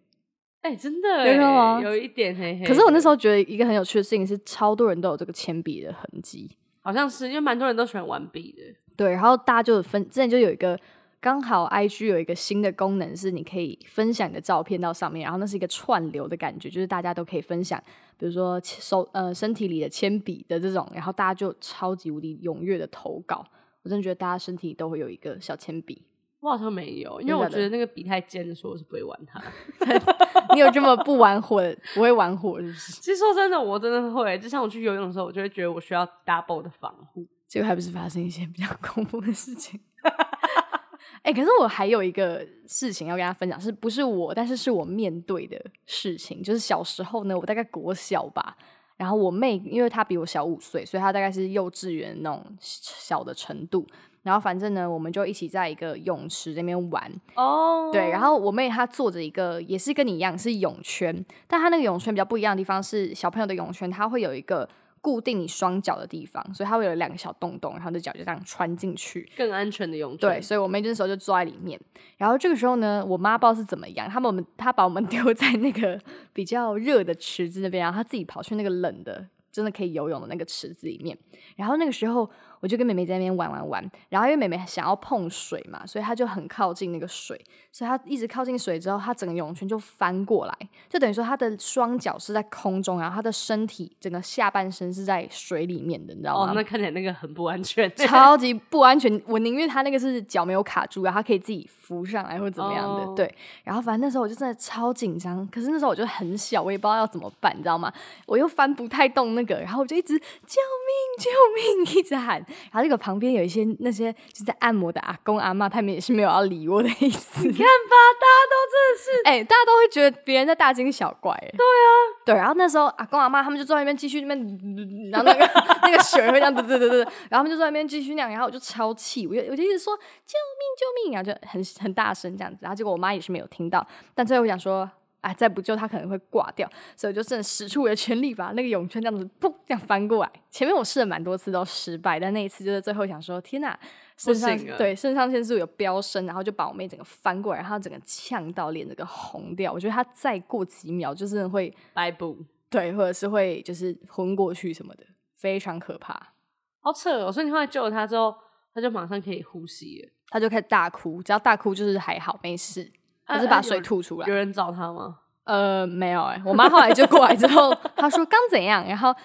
S2: 哎、真的、
S1: 有看到吗
S2: 欸，有一点黑黑的。
S1: 可是我那时
S2: 候
S1: 候觉得一个很有趣的事情是，超多人都有这个铅笔的痕迹。
S2: 好像是因为蛮多人都喜欢玩笔的，
S1: 对，然后大家就有分，之前就有一个刚好 IG 有一个新的功能，是你可以分享你的照片到上面，然后那是一个串流的感觉，就是大家都可以分享，比如说手呃身体里的铅笔的这种，然后大家就超级无敌踊跃的投稿。我真的觉得大家身体都会有一个小铅笔，
S2: 我好像没有，
S1: 真
S2: 因为
S1: 的
S2: 我
S1: 假的
S2: 觉得那个笔太尖的，所以我是不会玩它。
S1: 你有这么不玩火，不会玩火是不是？
S2: 其实说真的，我真的会，就像我去游泳的时候，我就会觉得我需要 double 的防护。
S1: 结果还不是发生一些比较 <laughs> 恐怖的事情。 <laughs> 哎、可是我还有一个事情要跟大家分享，是不是我？但是是我面对的事情，就是小时候呢，我大概国小吧，然后我妹因为她比我小五岁，所以她大概是幼稚园那种小的程度。然后反正呢，我们就一起在一个泳池那边玩，
S2: 哦
S1: 对，然
S2: 后
S1: 后我妹她坐着一个，也是跟你一样是泳圈，但她那个泳圈比较不一样的地方是，小朋友的泳圈它会有一个固定你双脚的地方，所以它会有两个小洞洞，然后你的脚就这样穿进去。
S2: <laughs> 更安全的泳圈。
S1: 对，所以我妹那时候就坐在里面。然后这个时候呢，我妈不知道是怎么样，他们我们她把我们丢在那个比较热的池子那边，然后她自己跑去那个冷的，真的可以游泳的那个池子里面。然后那个时候，我就跟妹妹在那边玩玩玩。然后因为妹妹想要碰水嘛，所以她就很靠近那个水，所以她一直靠近水之后，她整个泳圈就翻过来，就等于说她的双脚是在空中，然后她的身体整个下半身是在水里面的，你知道吗？
S2: 哦，那看起来那个很不安全。
S1: 超级不安全。我宁愿他那个是脚没有卡住，啊然后他可以自己浮上来或者怎么样的。
S2: 哦
S1: 对，然后反正那时候我就真的超紧张，可是那时候我就很小，我也不知道要怎么办，你知道吗？我又翻不太动那个，然后我就一直救命救命，一直喊。然后那个旁边有一些那些就在按摩的阿公阿妈，他们也是没有要理我的意思。
S2: 看吧，大
S1: <laughs> 哎、大家都会觉得别人在大惊小怪、哎，对啊，对。然后那时候阿公阿妈他们就坐在那边继续那边，然后那个那个水会这样，对对对对，然后他们就坐在那边继续那样，然后我就超气，我就我就一直说救命救命，然后就很很大声这样子，然后结果我妈也是没有听到，但最后我想说。哎，再不救他可能会挂掉，所以我就真的使出我的全力把那个泳圈这样子砰这样翻过来。前面我试了蛮多次都失败，但那一次就是最后想说，天哪，肾上
S2: 行了
S1: 对肾上腺素有飙升，然后就把我妹整个翻过来，然后她整个呛到脸整个红掉。我觉得她再过几秒就真的会
S2: <laughs> 家都这是白布，
S1: 对，或者是会就是昏过去什么的，非常可怕。
S2: 好扯哦！所以你后来救了他之后，他就马上可以呼吸了。
S1: 她就开始大哭，只要大哭就是还好没事，
S2: 啊
S1: 就是把
S2: 啊有
S1: 水
S2: 人
S1: 吐出来。
S2: 有人找他
S1: <laughs>
S2: 吗？
S1: 呃，没有哎、我妈后来就过来之后，她说刚怎样，然后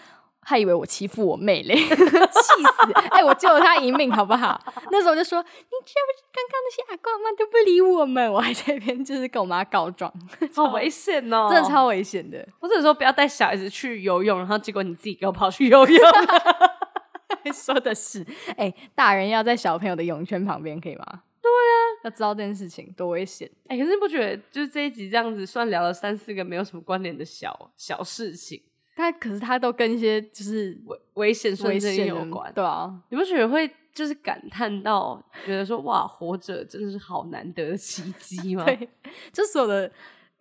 S1: 她以为我欺负我妹嘞， <laughs> 气死！哎、我救了她一命，好不好？那时候我就说，你知道不知刚刚那些阿公阿妈都不理我们， <laughs> 我还在那边就是跟我妈告状，
S2: 好危险哦！
S1: 真的。超危险的， <laughs>
S2: 或者说不要带小孩子去游泳，然后结果你自己给我跑去游
S1: <laughs>
S2: 泳。
S1: 说的是，哎、大人要在小朋友的泳圈旁边可以吗？对啊，要知道这件事情多危险。
S2: 哎、可是你不觉得就是这一集这样子，算聊了三四个没有什么关联的小小事情，
S1: 但可是他都跟一些就是
S2: 危危险
S1: 危
S2: 瞬间
S1: 险
S2: 有
S1: 的
S2: 关？
S1: 对啊，
S2: 你不觉得会就是感叹到觉得说哇，活着真的是好难得的奇迹
S1: <laughs>
S2: 吗？
S1: 对，就所有的，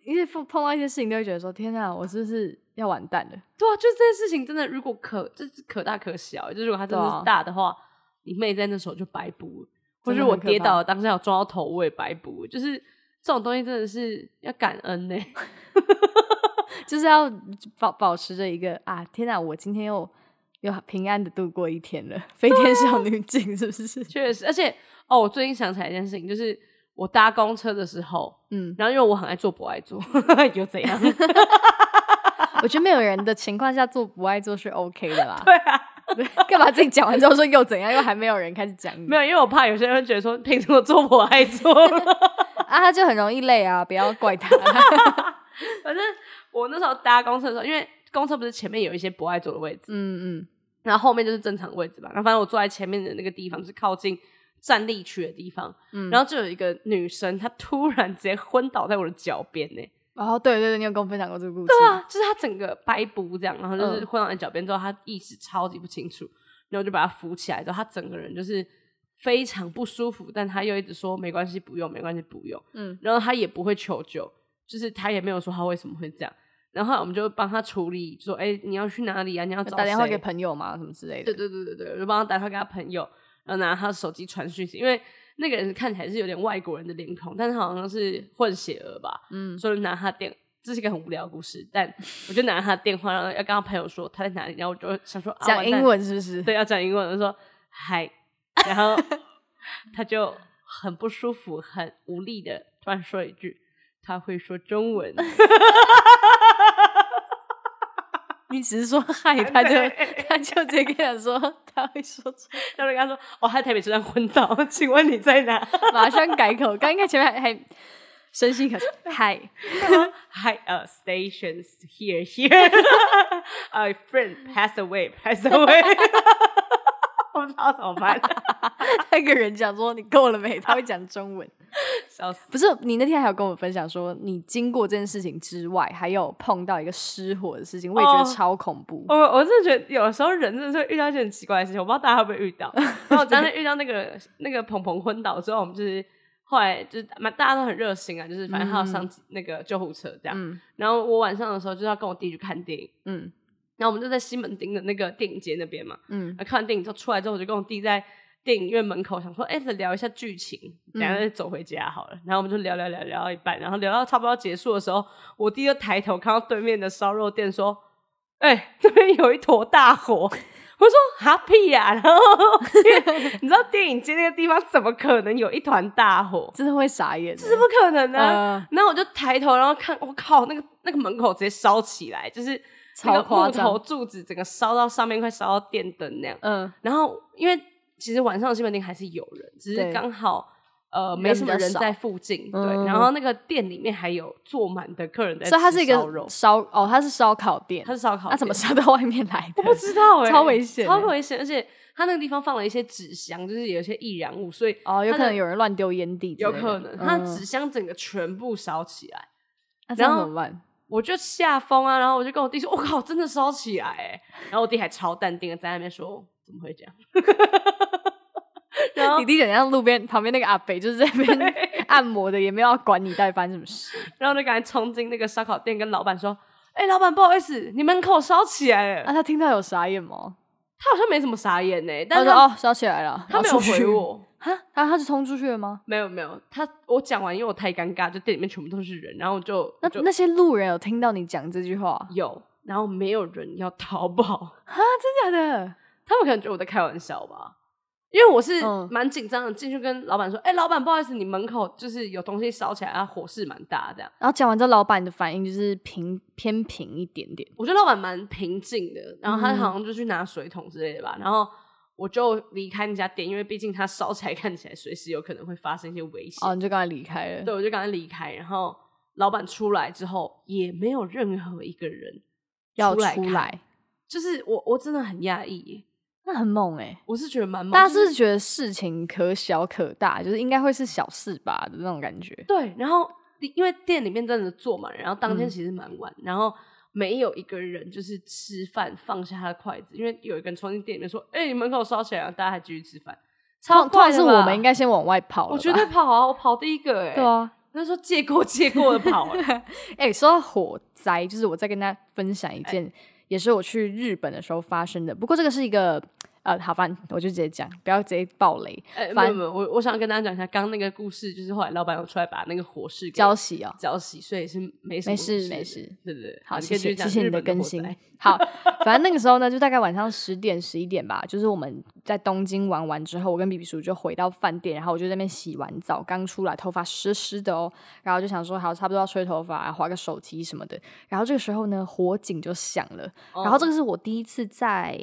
S1: 因为碰碰到一些事情，都会觉得说：天啊，我是不是要完蛋了？ <laughs>
S2: 对啊，就这件事情真的，如果可就是可大可小，就是如果它真的
S1: 对啊
S2: 是大的话，你妹在那时候就白补了，或
S1: 真
S2: 是
S1: 的
S2: 我
S1: 很可
S2: 跌
S1: 怕
S2: 倒了当下有撞到头，我也白补了，就是这种东西真的是要感恩呢、
S1: 就是要保保持着一个啊，天啊，我今天又又平安的度过一天了，飞天少女警是不是？
S2: 确实，而且哦，我最近想起来一件事情，就是我搭公车的时候，
S1: <laughs> 嗯，
S2: 然后因为我很爱做不爱 <laughs> 做，又怎样？
S1: 我觉得没有人的情况下做不爱做是 OK 的啦。
S2: 对啊，
S1: <laughs> 对干嘛自己讲完之后说又怎样？又还没有人开始讲你
S2: 没有，因为我怕有些人会觉得说，凭什么做不爱做？
S1: 啊，他就很容易累啊，不要怪他。
S2: <laughs>
S1: <laughs>
S2: 反正我那时候搭公车的时候，因为公车不是前面有一些不爱坐的位置，
S1: 嗯嗯，
S2: 然后后面就是正常位置吧。然后反正我坐在前面的那个地方，就是靠近站立区的地方。
S1: 嗯
S2: 然后就有一个女生，她突然直接昏倒在我的脚边呢、
S1: 哦，对对对，你有跟我分享过这个故事。
S2: 对啊，就是她整个掰布这样，然后就是
S1: 嗯
S2: 昏倒在脚边之后，她意识超级不清楚，然后我就把她扶起来之后，她整个人就是非常不舒服，但她又一直说没关系，不用，没关系，不用。
S1: 嗯，
S2: 然后他也不会求救，就是他也没有说他为什么会这样。然后后来我们就帮他处理，说：“哎、你要去哪里啊？你要找
S1: 打电话
S2: 谁
S1: 给朋友嘛，什么之类的。
S2: 对对对对对，我就帮他打电话给他朋友，然后拿他的手机传讯息，因为那个人看起来是有点外国人的脸孔，但是好像是混血儿吧，
S1: 嗯，
S2: 所以我就拿他电，这是一个很无聊的故事，但我就拿他的电话，然后要跟他朋友说他在哪里，然后我就想说啊
S1: 讲
S2: 完
S1: 英
S2: 蛋
S1: 文是不是？
S2: 对，要讲英文，我说
S1: <laughs>
S2: 嗨，然后他就很不舒服、很无力的突然说一句，他会说中文， <laughs>
S1: 你只
S2: <laughs>
S1: 是说嗨，他就他就直接跟他说他会说错，
S2: 然后我就跟他说，哦，他在台北车站昏倒，请问你在哪？
S1: 马上改口。刚应该前面还还深吸一口气，嗨，
S2: <laughs> Hi, uh, stations here, here. <laughs> Our friend passed away, passed away. <laughs> 我不知道怎么办，
S1: 那个人讲说你够了没？他会讲中文，
S2: 笑死。
S1: 不是你那天还有跟我分享说，你经过这件事情之外，还有碰到一个失火的事情，我也觉得
S2: 哦
S1: 超恐怖。
S2: 我我真的觉得有时候人真的是会遇到一些很奇怪的事情，我不知道大家会不会遇 <laughs> 到。然后我当时遇到那个那个鹏鹏昏倒之后，我们就是后来就是蛮大家都很热心啊，就是反正他要上那个救护车这样。
S1: 嗯
S2: 然后我晚上的时候就是要跟我弟去看电影，
S1: 嗯，
S2: 然后我们就在西门町的那个电影街那边嘛， <laughs>
S1: 嗯，
S2: 看完电影之后出来之后，我就跟我弟在电影院门口想说，哎、再聊一下剧情，等
S1: 嗯
S2: 一下再走回家好了。然后我们就聊聊聊聊到一半，然后聊到差不多要结束的时候，我弟就抬头看到对面的烧肉店说：“哎、这边有一坨大火。”我说哈屁呀、然后因为你知道电影街那个地方怎么可能有一团大火？
S1: 真的会傻眼欸，
S2: 这是不可能啊的、
S1: 呃
S2: 然后我就抬头，然后看，我靠，那个那个门口直接烧起来，就是那
S1: 超
S2: 个
S1: 夸
S2: 木
S1: 张
S2: 头柱子整个烧到上面，快烧到电灯那样。
S1: 嗯，
S2: 然后因为其实晚上西门町还是有人，只
S1: 对
S2: 是刚好呃
S1: 人
S2: 没什么
S1: 比较
S2: 人
S1: 少
S2: 在附近，对。
S1: 嗯
S2: 然后那个店里面还有坐满的客人在吃
S1: 所以它是一
S2: 烧
S1: 个
S2: 肉，
S1: 烧哦，它是烧烤店
S2: 它，是烧烤店，
S1: 那怎么烧到外面来的？
S2: 我不
S1: <laughs>
S2: 知道哎、
S1: 超危险欸
S2: 超危险，而且它那个地方放了一些纸箱，就是有一些易燃物，所以
S1: 哦，有
S2: 它
S1: 可
S2: 的
S1: 能有人嗯乱丢烟蒂之类
S2: 有
S1: 的，
S2: 可能它的纸箱整个全部烧起来。
S1: 嗯，然
S2: 然
S1: 后
S2: 后
S1: 怎么办？
S2: 我就吓疯啊！然后我就跟我弟说：“我靠，真的烧起来、欸！”然后我弟还超淡定的在那边说：“怎么会这样？”然后
S1: 你弟讲像路边旁边那个阿北，就是在那边按摩的，也没有要管你到底发生什么
S2: <laughs>
S1: 事。
S2: 然后就赶紧冲进那个烧烤店，跟老板说：“哎、老板，不好意思，你门口烧起来了。
S1: 啊那他听到有傻眼吗？
S2: 他好像没什么傻眼呢、
S1: 他
S2: 但是
S1: 说
S2: 他,、
S1: 哦，烧起来了，
S2: 他没有回我，
S1: 哈，啊他他就冲出去了吗？
S2: 没有没有。他我讲完，因为我太尴尬，就店里面全部都是人，然后我就
S1: 那
S2: 我就
S1: 那些路人有听到你讲这句话啊？
S2: 有，然后没有人要逃跑， <laughs>
S1: 真的假的？
S2: 他们可能觉得我在开玩笑吧。因为我是
S1: 嗯
S2: 蛮紧张的，进去跟老板说：“哎、老板，不好意思，你门口就是有东西烧起来，啊，火势蛮大的。”这样，
S1: 然后讲完之后，老板的反应就是平偏平一点点。
S2: 我觉得老板蛮平静的，然后他
S1: 嗯
S2: 好像就去拿水桶之类的吧，然后我就离开那家店，因为毕竟它烧起来 <laughs> 看起来随时有可能会发生一些危险，
S1: 哦，你就刚才离开了。
S2: 对，我就赶快离开。然后老板出来之后，也没有任何一个人
S1: 要
S2: 出来
S1: 出
S2: 看，
S1: 来，
S2: 就是我我真的很讶异耶，
S1: 那很猛哎、
S2: 我是觉得蛮猛，
S1: 大家
S2: 就是
S1: 不是觉得事情可小可大，就是应该会是小事吧的那种感觉。
S2: 对，然后因为店里面真的坐满人，然后当天
S1: 嗯
S2: 其实蛮晚，然后没有一个人就是吃饭放下他的筷子，因为有一个人冲进店里面说：“哎、你门口烧起来了！”大家还继续吃饭，超
S1: 通通
S2: 快
S1: 常
S2: 的
S1: 是
S2: 吧
S1: 我们应，该先往外跑了吧。
S2: 我绝对跑啊，我跑第一个哎、
S1: <laughs>
S2: 欸，
S1: 对，啊，
S2: 那时候借过借过的跑、
S1: <laughs>
S2: 欸，
S1: 哎、说到火灾，就是我再跟大家分享一件，也是我去日本的时候发生的。不过这个是一个呃，好，反正我就直接讲，不要直接爆雷
S2: 哎、没
S1: 反
S2: 有没有，我我想跟大家讲一下，刚刚那个故事就是后来老板有出来把那个火势给
S1: 交喜哦。
S2: 浇熄，所以是没什
S1: 没
S2: 么
S1: 事
S2: 的
S1: 没事，
S2: 对对对，
S1: 好，
S2: 你
S1: 谢
S2: 可以继
S1: 谢
S2: 续讲
S1: 谢谢
S2: 日
S1: 你的
S2: 本
S1: 更
S2: 火
S1: 新
S2: 灾。
S1: 好，反正那个时候呢，就大概晚上十点十一点吧，就是我们在东京玩完之后，我跟比比叔就回到饭店，然后我就在那边洗完澡，刚出来头发湿湿的哦，然后就想说好，差不多要吹头发，划个手机什么的。然后这个时候呢，火警就响了，然后这个
S2: 个
S1: 是我第一次在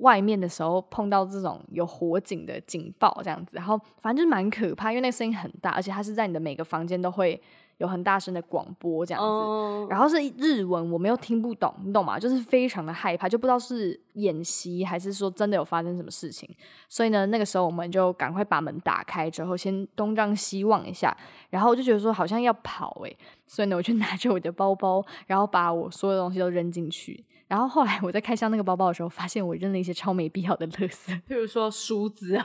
S1: 外面的时候碰到这种有火警的警报这样子，然后反正就是蛮可怕，因为那个声音很大，而且它是在你的每个房间都会有很大声的广播这样子。
S2: 哦，
S1: 然后是日文，我们又听不懂，你懂吗？就是非常的害怕，就不知道是演习还是说真的有发生什么事情。所以呢，那个时候我们就赶快把门打开之后，先东张西望一下，然后我就觉得说好像要跑诶、所以呢，我就拿着我的包包，然后把我所有东西都扔进去。然后后来我在开箱那个包包的时候，发现我扔了一些超没必要的垃圾，
S2: 譬如说梳子啊，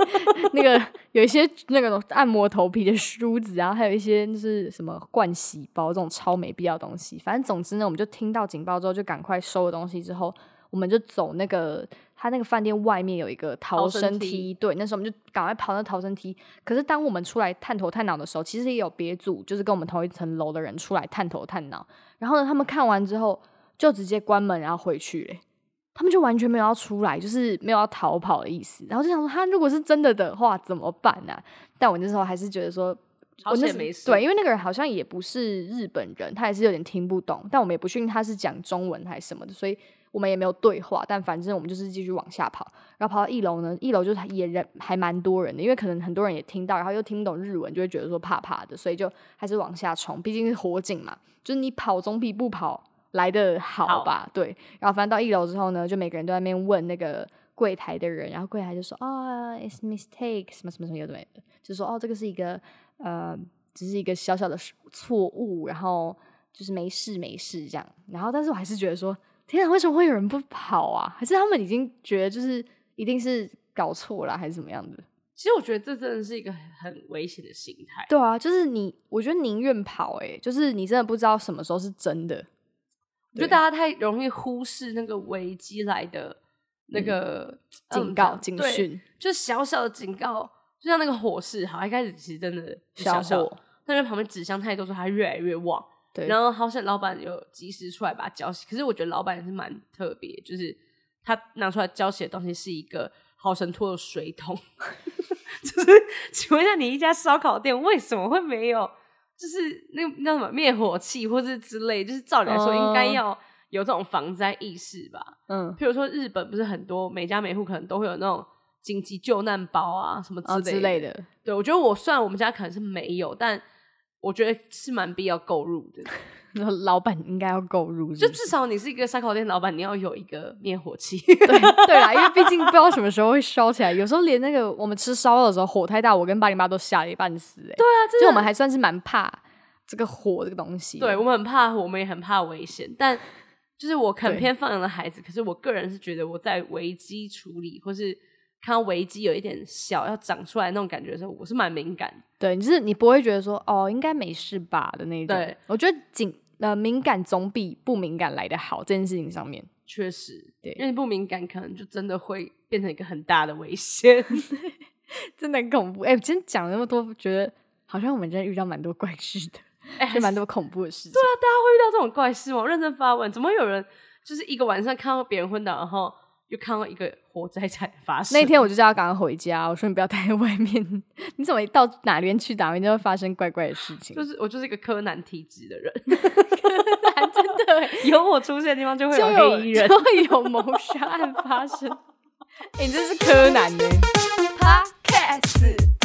S2: <laughs>
S1: 那个有一些那个按摩头皮的梳子，然后还有一些就是什么灌洗包这种超没必要的东西。反正总之呢，我们就听到警报之后，就赶快收了东西之后，我们就走那个他那个饭店外面有一个逃
S2: 逃生
S1: 生
S2: 梯
S1: 梯，对，那时候我们就赶快跑那逃生梯。可是当我们出来探头探脑的时候，其实也有别组就是跟我们同一层楼的人出来探头探脑，然后呢，他们看完之后就直接关门然后回去嘞、他们就完全没有要出来，就是没有要逃跑的意思。然后就想说，他如果是真的的话怎么办呢、但我那时候还是觉得说，
S2: 好
S1: 我那
S2: 险
S1: 时
S2: 没事
S1: 对，因为那个人好像也不是日本人，他也是有点听不懂，但我们也不确定他是讲中文还是什么的，所以我们也没有对话。但反正我们就是继续往下跑，然后跑到一楼呢，一楼就是也人还蛮多人的，因为可能很多人也听到，然后又听不懂日文，就会觉得说怕怕的，所以就还是往下冲，毕竟是火警嘛，就是你跑总比不跑来的好
S2: 好
S1: 吧？对。然后反正到一楼之后呢，就每个人都在那边问那个柜台的人，然后柜台就说啊、i t s mistake 什么什么什么有的没的，就说哦，这个是一个呃，只是一个小小的错误，然后就是没事没事这样。然后但是我还是觉得说，天啊，为什么会有人不跑啊？还是他们已经觉得就是一定是搞错了还是怎么样的？
S2: 其实我觉得这真的是一个很危险的心态。
S1: 对啊，就是你，我觉得宁愿跑、欸，就是你真的不知道什么时候是真的。
S2: 我觉得大家太容易忽视那个危机来的那个、嗯
S1: 警告、警，
S2: 嗯
S1: 讯
S2: 对、就小小的警告，就像那个火势，好，一开始其实真的
S1: 小
S2: 小小，
S1: 火，
S2: 但是旁边纸箱太多，所以它越来越旺。
S1: 对，
S2: 然后好险老板有及时出来把它浇熄，可是我觉得老板也是蛮特别，就是他拿出来浇熄的东西是一个好神托的水桶， <laughs> 就是请问一下，你一家烧烤店为什么会没有就是那个那什么灭火器或是之类，就是照理来说应该
S1: 哦
S2: 要有这种防灾意识吧？
S1: 嗯，
S2: 譬如说日本不是很多每家每户可能都会有那种紧急救难包啊什么
S1: 哦
S2: 之
S1: 之类的，
S2: 对，我觉得我虽然我们家可能是没有，但我觉得是蛮必要购入的。
S1: 然后老板应该要购入是
S2: 就
S1: 不是，
S2: 至少你是一个烧烤店老板，你要有一个灭火器。
S1: 对对啦，因为毕竟不知道什么时候会烧起来，有时候连那个我们吃烧肉的时候火太大，我跟八零八都吓了一半死、欸，对啊，就我们还算是蛮怕这个火这个东西，
S2: <laughs> 对我们很怕火，我们也很怕危险，但就是我很
S1: 对
S2: 偏放养的孩子，可是我个人是觉得我在危机处理或是看到危机有一点小要长出来那种感觉的时候，我是蛮敏感的。
S1: 对，就是你不会觉得说哦，应该没事吧的那一种。
S2: 对，
S1: 我觉得紧呃敏感总比不敏感来的好，这件事情上面。
S2: 确实，
S1: 对
S2: 因为你不敏感，可能就真的会变成一个很大的
S1: <laughs>
S2: 危险。
S1: <laughs> 真的很恐怖。哎、今天讲了那么多，觉得好像我们真的遇到蛮多怪事 <laughs> 的，
S2: 哎、
S1: 就
S2: 还
S1: 蛮多恐怖的事情。对
S2: 会遇到这种怪事吗？我认真发问，怎么会有人就是一个晚上看到别人昏倒，然后又看到一个火灾才发
S1: <laughs>
S2: 生？
S1: 那天我就叫他赶快回家，我说你不要待在外面，你怎么一到哪边去哪边就会发生怪怪的事情
S2: 就？是我就是一个柯南体质的人，
S1: 真的 <laughs> 欸、
S2: 有我出现的地方就会
S1: 就
S2: 有黑衣人。
S1: 就会有谋杀案发生。哎、你这是柯南呢、欸、？Podcast。
S2: <laughs>